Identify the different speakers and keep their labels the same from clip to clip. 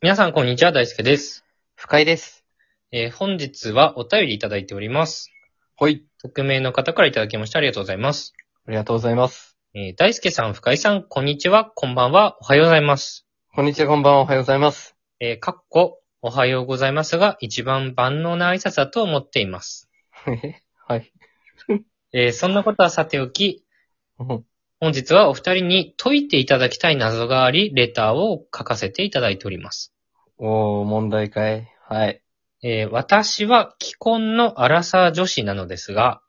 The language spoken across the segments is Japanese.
Speaker 1: 皆さん、こんにちは。大輔です。
Speaker 2: 不快です。
Speaker 1: えー本日はお便りいただいております。
Speaker 2: はい。
Speaker 1: 匿名の方からいただきましてありがとうございます。
Speaker 2: ありがとうございます。
Speaker 1: えー大輔さん、深井さん、こんにちは。こんばんは。おはようございます。
Speaker 2: こんにちは、こんばんは、おはようございます。
Speaker 1: えーかっこ、おはようございますが、一番万能な挨拶だと思っています。
Speaker 2: えはい。
Speaker 1: えーそんなことはさておき、
Speaker 2: うん
Speaker 1: 本日はお二人に解いていただきたい謎があり、レターを書かせていただいております。
Speaker 2: おー、問題かい。はい。
Speaker 1: えー私は既婚のアラサー女子なのですが、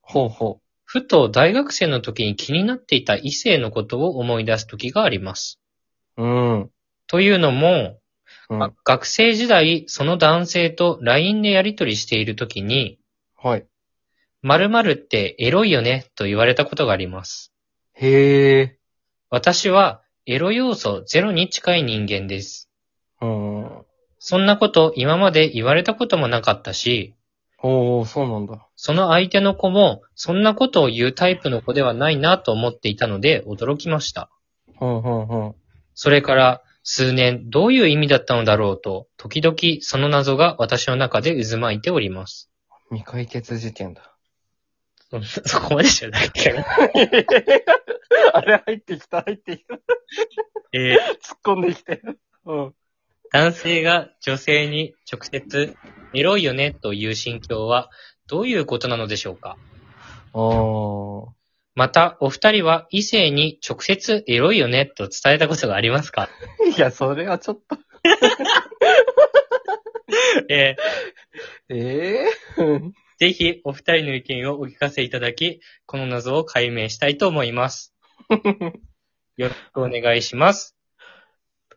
Speaker 2: ほうほ
Speaker 1: ふと大学生の時に気になっていた異性のことを思い出す時があります。
Speaker 2: う。うん。
Speaker 1: というのも、
Speaker 2: うん。
Speaker 1: まあ学生時代、その男性と LINE でやり取りしている時に、
Speaker 2: はい。
Speaker 1: 〇〇ってエロいよねと言われたことがあります。
Speaker 2: へえ。
Speaker 1: 私はエロ要素ゼロに近い人間です。
Speaker 2: うん。
Speaker 1: そんなこと今まで言われたこともなかったし、
Speaker 2: おー、そうなんだ。
Speaker 1: その相手の子もそんなことを言うタイプの子ではないなと思っていたので驚きました。
Speaker 2: うん、うん、うん。
Speaker 1: それから数年どういう意味だったのだろうと、時々その謎が私の中で渦巻いております。
Speaker 2: 未解決事件だ。
Speaker 1: そそこまでじゃないけど。
Speaker 2: あれ入ってきた、入ってきた。
Speaker 1: えー
Speaker 2: 突っ込んできて。うん。
Speaker 1: 男性が女性に直接エロいよねという心境はどういうことなのでしょうか
Speaker 2: おー。
Speaker 1: また、お二人は異性に直接エロいよねと伝えたことがありますか
Speaker 2: いや、それはちょっと。
Speaker 1: え
Speaker 2: ええうん
Speaker 1: ーぜひお二人の意見をお聞かせいただき、この謎を解明したいと思い ます。よろしくお願いします。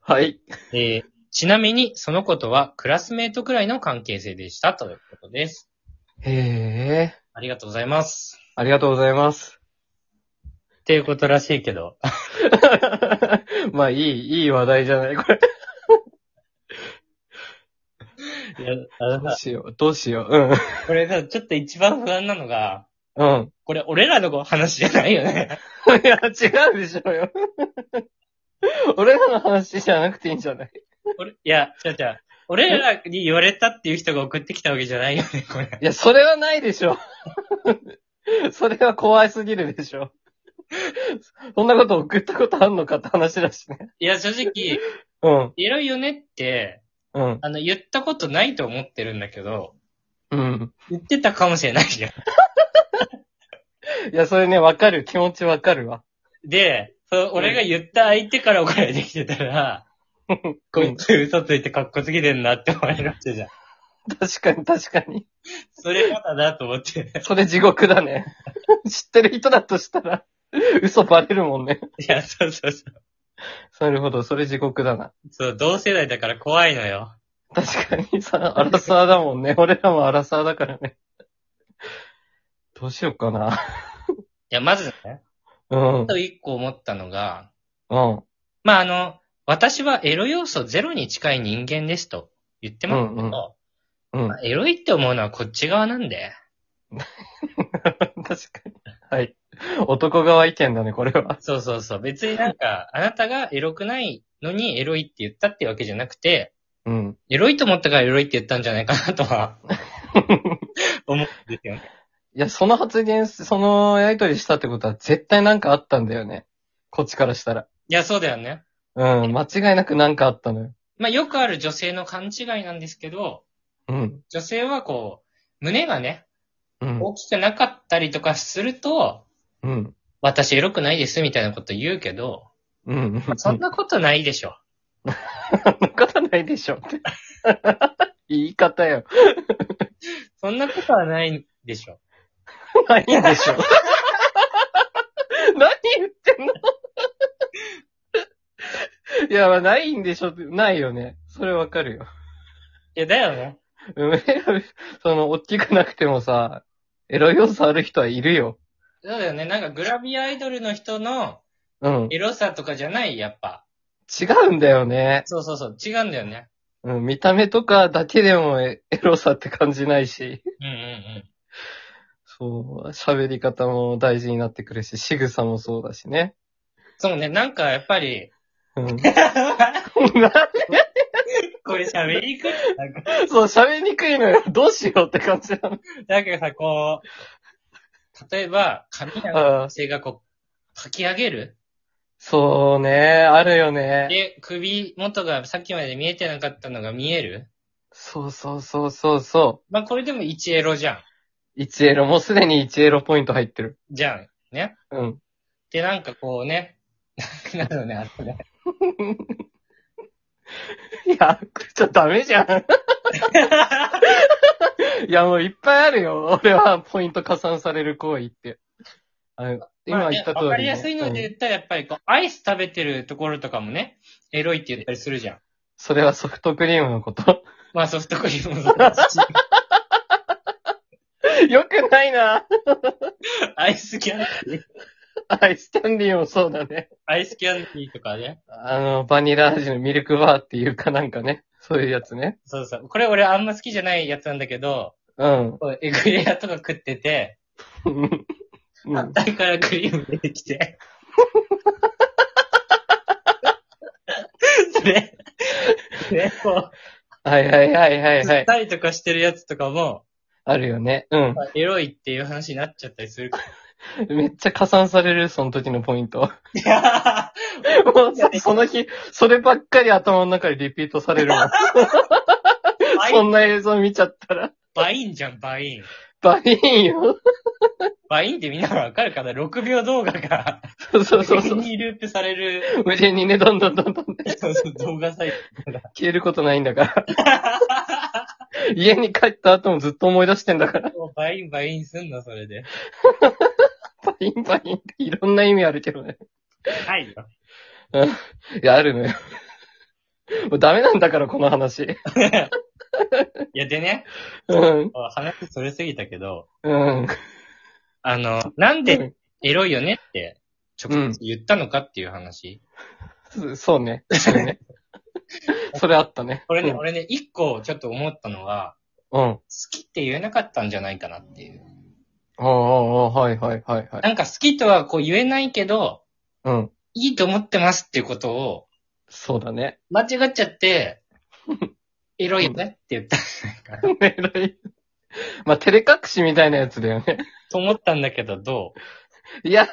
Speaker 2: はい。
Speaker 1: えーちなみに、そのことはクラスメートくらいの関係性でしたということです。
Speaker 2: へえ。
Speaker 1: ありがとうございます。
Speaker 2: ありがとうございます。
Speaker 1: っていうことらしいけど。
Speaker 2: まあ、いい、いい話題じゃない、これ。
Speaker 1: いや、あ
Speaker 2: ど
Speaker 1: の
Speaker 2: う
Speaker 1: さ、
Speaker 2: しよう、どうしよう。
Speaker 1: これさ、ちょっと一番不安なのが、
Speaker 2: うん。うん。
Speaker 1: これ俺らの話じゃないよね。
Speaker 2: いや、違うでしょよ。俺らの話じゃなくていいんじゃない
Speaker 1: 俺いや、違う違う。俺らに言われたっていう人が送ってきたわけじゃないよね、これ。
Speaker 2: いや、それはないでしょ。それは怖すぎるでしょ。そんなこと送ったことあんのかって話だしね。
Speaker 1: いや、正直、
Speaker 2: うん、
Speaker 1: エロいよねって、
Speaker 2: うん、
Speaker 1: あの、言ったことないと思ってるんだけど、
Speaker 2: うん。
Speaker 1: 言ってたかもしれないじゃん。
Speaker 2: いや、それね、わかる。気持ちわかるわ。
Speaker 1: で、その俺が言った相手から送られてきてたら、 こいつ嘘ついてかっこつけてんなって思われましたじゃん。
Speaker 2: 確かに、確かに。
Speaker 1: それまだなと思って。
Speaker 2: それ地獄だね。知ってる人だとしたら、嘘バレるもんね。
Speaker 1: いや、そうそうそ
Speaker 2: なるほど、それ地獄だな。
Speaker 1: う。そう、同世代だから怖いのよ。
Speaker 2: 確かにさ、アラサーだもんね。 俺らもアラサーだからね。どうしようかな。
Speaker 1: いや、まずね、
Speaker 2: うん
Speaker 1: あ。と一個思ったのが、
Speaker 2: うん。
Speaker 1: まあ、あの、私はエロ要素ゼロに近い人間ですと言ってますけど、
Speaker 2: うんうんうん
Speaker 1: ま。あエロいって思うのはこっち側なんで、
Speaker 2: 確かに。はい。男側意見だね、これは。
Speaker 1: そうそうそう、別になんか、あなたがエロくないのにエロいって言ったってわけじゃなくて、
Speaker 2: うん。
Speaker 1: エロいと思ったからエロいって言ったんじゃないかなと は、思うんですよね。
Speaker 2: いや、その発言、そのやりとりしたってことは絶対なんかあったんだよね。こっちからしたら。
Speaker 1: いや、そうだよね。
Speaker 2: うん。間違いなくなんかあったのよ。
Speaker 1: まあ、よくある女性の勘違いなんですけど、
Speaker 2: うん。
Speaker 1: 女性はこう、胸がね、
Speaker 2: うん。
Speaker 1: 大きくなかったりとかすると、
Speaker 2: うん。
Speaker 1: 私エロくないですみたいなこと言うけど、
Speaker 2: うん。
Speaker 1: そんなことないでしょ。
Speaker 2: そんなことないでしょ。 言い方よ。
Speaker 1: そんなことはないでしょ。
Speaker 2: ないでしょ。 何言ってんのいや、まあないんでしょって、ないよね。それわかるよ。
Speaker 1: いや、だよね。
Speaker 2: うんその、大きくなくてもさ、エロ要素ある人はいるよ。
Speaker 1: そうだよね。なんかグラビアアイドルの人の
Speaker 2: うん。
Speaker 1: エロさとかじゃない、やっぱ。
Speaker 2: 違うんだよね。
Speaker 1: そうそうそう、違うんだよね。
Speaker 2: うん、見た目とかだけでもエエロさって感じないし。
Speaker 1: うんうん
Speaker 2: そう、喋り方も大事になってくるし、仕草もそうだしね。
Speaker 1: うん。そうね、なんかやっぱり、
Speaker 2: うん。
Speaker 1: これ喋りにくい。なんか
Speaker 2: そう、喋りにくいのよ。どうしようって感じなの。
Speaker 1: なんかさ、こう、例えば、髪の
Speaker 2: うん
Speaker 1: 女。性がこう、かき上げる
Speaker 2: そうね、あるよね。
Speaker 1: で、首元がさっきまで見えてなかったのが見える
Speaker 2: そうそうそうそうそ
Speaker 1: まあ、これでも1エロじゃん。
Speaker 2: う。1エロ、もうすでに1エロポイント入ってる。
Speaker 1: じゃん。ね。
Speaker 2: うん。
Speaker 1: で、なんかこうね、 なんだろうね、あとね。
Speaker 2: いや、これちょっとダメじゃん。 いや、もういっぱいあるよ。俺はポイント加算される行為って。あの
Speaker 1: ま
Speaker 2: 今
Speaker 1: あ
Speaker 2: 言った通
Speaker 1: ね
Speaker 2: り、
Speaker 1: わかりやすいので
Speaker 2: うん
Speaker 1: 言ったら、やっぱりこう、アイス食べてるところとかもね、エロいって言ったりするじゃん。
Speaker 2: それはソフトクリームのこと。
Speaker 1: まあ、ソフトクリームもそうだし、
Speaker 2: よくないな。
Speaker 1: アイスキャンディー、
Speaker 2: アイスキャンディーもそうだね。
Speaker 1: アイスキャンディーとかね。
Speaker 2: あの、バニラ味のミルクバーっていうかなんかね。そういうやつね。
Speaker 1: そうそう。これ俺あんま好きじゃないやつなんだけど、
Speaker 2: うん。
Speaker 1: こうエグレアとか食ってて、
Speaker 2: うん
Speaker 1: 反対からクリーム出てき て。それ、ね、こ
Speaker 2: はいはいはいは
Speaker 1: う、
Speaker 2: いは
Speaker 1: 吸っ
Speaker 2: い。
Speaker 1: たりとかしてるやつとかも、
Speaker 2: あるよね。うん。
Speaker 1: まあエロいっていう話になっちゃったりするか
Speaker 2: めっちゃ加算される、その時のポイント。
Speaker 1: ら。
Speaker 2: もうそその日、そればっかり頭の中でリピートされるわ。そんな映像見ちゃったら。
Speaker 1: バインじゃん、バイン。
Speaker 2: バインよ。
Speaker 1: バインってみんなわかるかな ?6 秒動画が、
Speaker 2: そうそうそ うそう。
Speaker 1: にループされる、
Speaker 2: 無限にね、どんどんどんどんね
Speaker 1: そうそう動画サイ
Speaker 2: 消えることないんだから。家に帰った後もずっと思い出してんだから。
Speaker 1: ト。もうバイン、バインすんな、それで。
Speaker 2: バインバインっていろんな意味あるけどね。
Speaker 1: はいよ。
Speaker 2: いや、あるのよ。もうダメなんだから、この話。
Speaker 1: いや、でね、
Speaker 2: うん。
Speaker 1: 話それすぎたけど、
Speaker 2: うん。
Speaker 1: あの、なんでエロいよねって、直接言ったのかっていう話。
Speaker 2: そそうね。そ れね。それあったね。
Speaker 1: これね、俺ね、一個ちょっと思ったのは、
Speaker 2: うん。うん。
Speaker 1: 好きって言えなかったんじゃないかなっていう。
Speaker 2: ああ、はいはいはいはい。
Speaker 1: なんか好きとはこう言えないけど、
Speaker 2: うん。
Speaker 1: いいと思ってますっていうことを、
Speaker 2: そうだね。
Speaker 1: 間違っちゃ って、エロいよねって言ったんじゃないかな。
Speaker 2: えらい。まあ、照れ隠しみたいなやつだよね。
Speaker 1: と思ったんだけど、どう
Speaker 2: いや、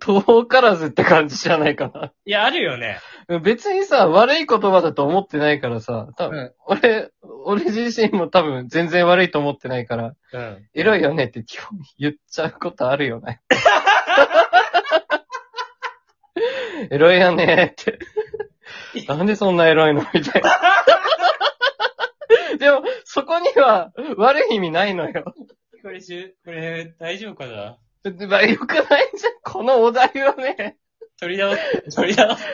Speaker 2: 遠からずって感じじゃないか
Speaker 1: いや、あるよね。
Speaker 2: な。別にさ、悪い言葉だと思ってないからさ、多分、
Speaker 1: うん。
Speaker 2: 俺、俺自身も多分全然悪いと思ってないから、
Speaker 1: うん。
Speaker 2: エロいよねって基本言っちゃうことあるよね。エロいよねって。なんでそんなエロいのみたいな。でも、そこには悪い意味ないのよ。
Speaker 1: これしゅ、これ、大丈夫かな
Speaker 2: まあ、よくないじゃん。このお題はね、
Speaker 1: 取り直す、 取り直す。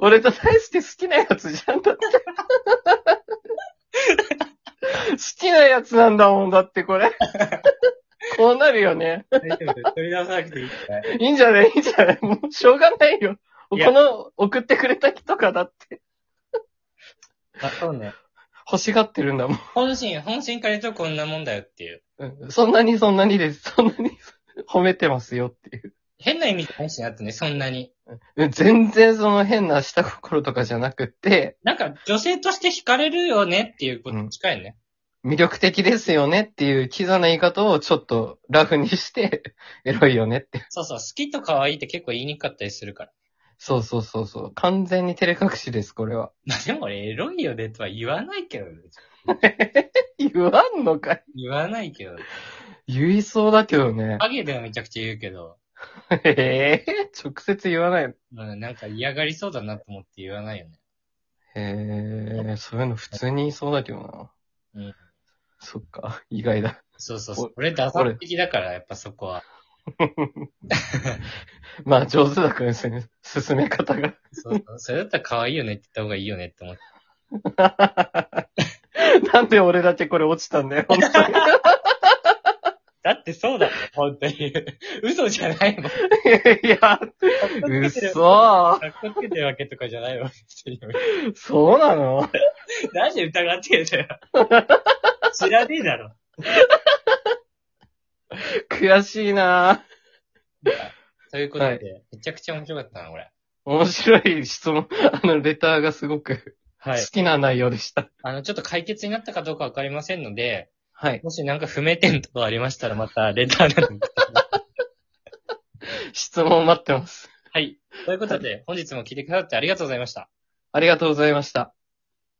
Speaker 2: 俺と大して好きなやつじゃんだって。好きなやつなんだもんだって、これ。こうなるよね。
Speaker 1: 大丈夫。取り直さなくていいから。
Speaker 2: いいんじゃないいいんじゃないもうしょうがないよ。こ
Speaker 1: いや
Speaker 2: の、送ってくれた人がだって、
Speaker 1: あ、そうね。
Speaker 2: 欲しがってるんだもん。
Speaker 1: 本心、本心から言うとこんなもんだよっていう。
Speaker 2: うんそんなにそんなにです。そんなに褒めてますよっていう
Speaker 1: 変な意味じゃないしなってね、そんなに。
Speaker 2: うん。全然その変な下心とかじゃなくて、
Speaker 1: なんか、女性として惹かれるよねっていうことに近いね。
Speaker 2: 魅力的ですよねっていうキザな言い方をちょっとラフにして、 エロいよねって。
Speaker 1: そうそう、好きと可愛いって結構言いにくかったりするから。
Speaker 2: そうそうそうそう。完全に照れ隠しです、これは。
Speaker 1: まあでも俺、エロいよねとは言わないけどね。
Speaker 2: 言わんのかい
Speaker 1: 言わないけど。
Speaker 2: 言いそうだけどね。
Speaker 1: 影ではめちゃくちゃ言うけど、
Speaker 2: へえ直接言わないの。
Speaker 1: うん、なんか嫌がりそうだなと思って言わないよね。
Speaker 2: へえそういうの普通に言いそうだけどな。
Speaker 1: うん。
Speaker 2: そっか、意外だ。
Speaker 1: そうそうそう。俺、ダサ的だから、やっぱそこは。
Speaker 2: まあ上手だからですね、進め方が。
Speaker 1: そうそうそれだったら可愛いよねって言った方がいいよねって思って。
Speaker 2: なんで俺だけこれ落ちたんだよ、本当に。
Speaker 1: だってそうだもん、本当に。 嘘じゃないもん。か
Speaker 2: いや、嘘
Speaker 1: っこつけてるわけとかじゃないわ。別に
Speaker 2: そうなの
Speaker 1: なんで疑ってんだよ。知らねえだろ。
Speaker 2: 悔しいな
Speaker 1: ということで、
Speaker 2: はい
Speaker 1: めちゃくちゃ面白かったな、これ。
Speaker 2: 面白い質問、あの、レターがすごく
Speaker 1: はい。
Speaker 2: 好きな内容でした。
Speaker 1: あの、ちょっと解決になったかどうかわかりませんので、
Speaker 2: はい。
Speaker 1: もしなんか不明点とかありましたらまたレターなどに。
Speaker 2: 質問待ってます。
Speaker 1: はい。ということで、本日も聞いてくださってありがとうございました。
Speaker 2: ありがとうございました。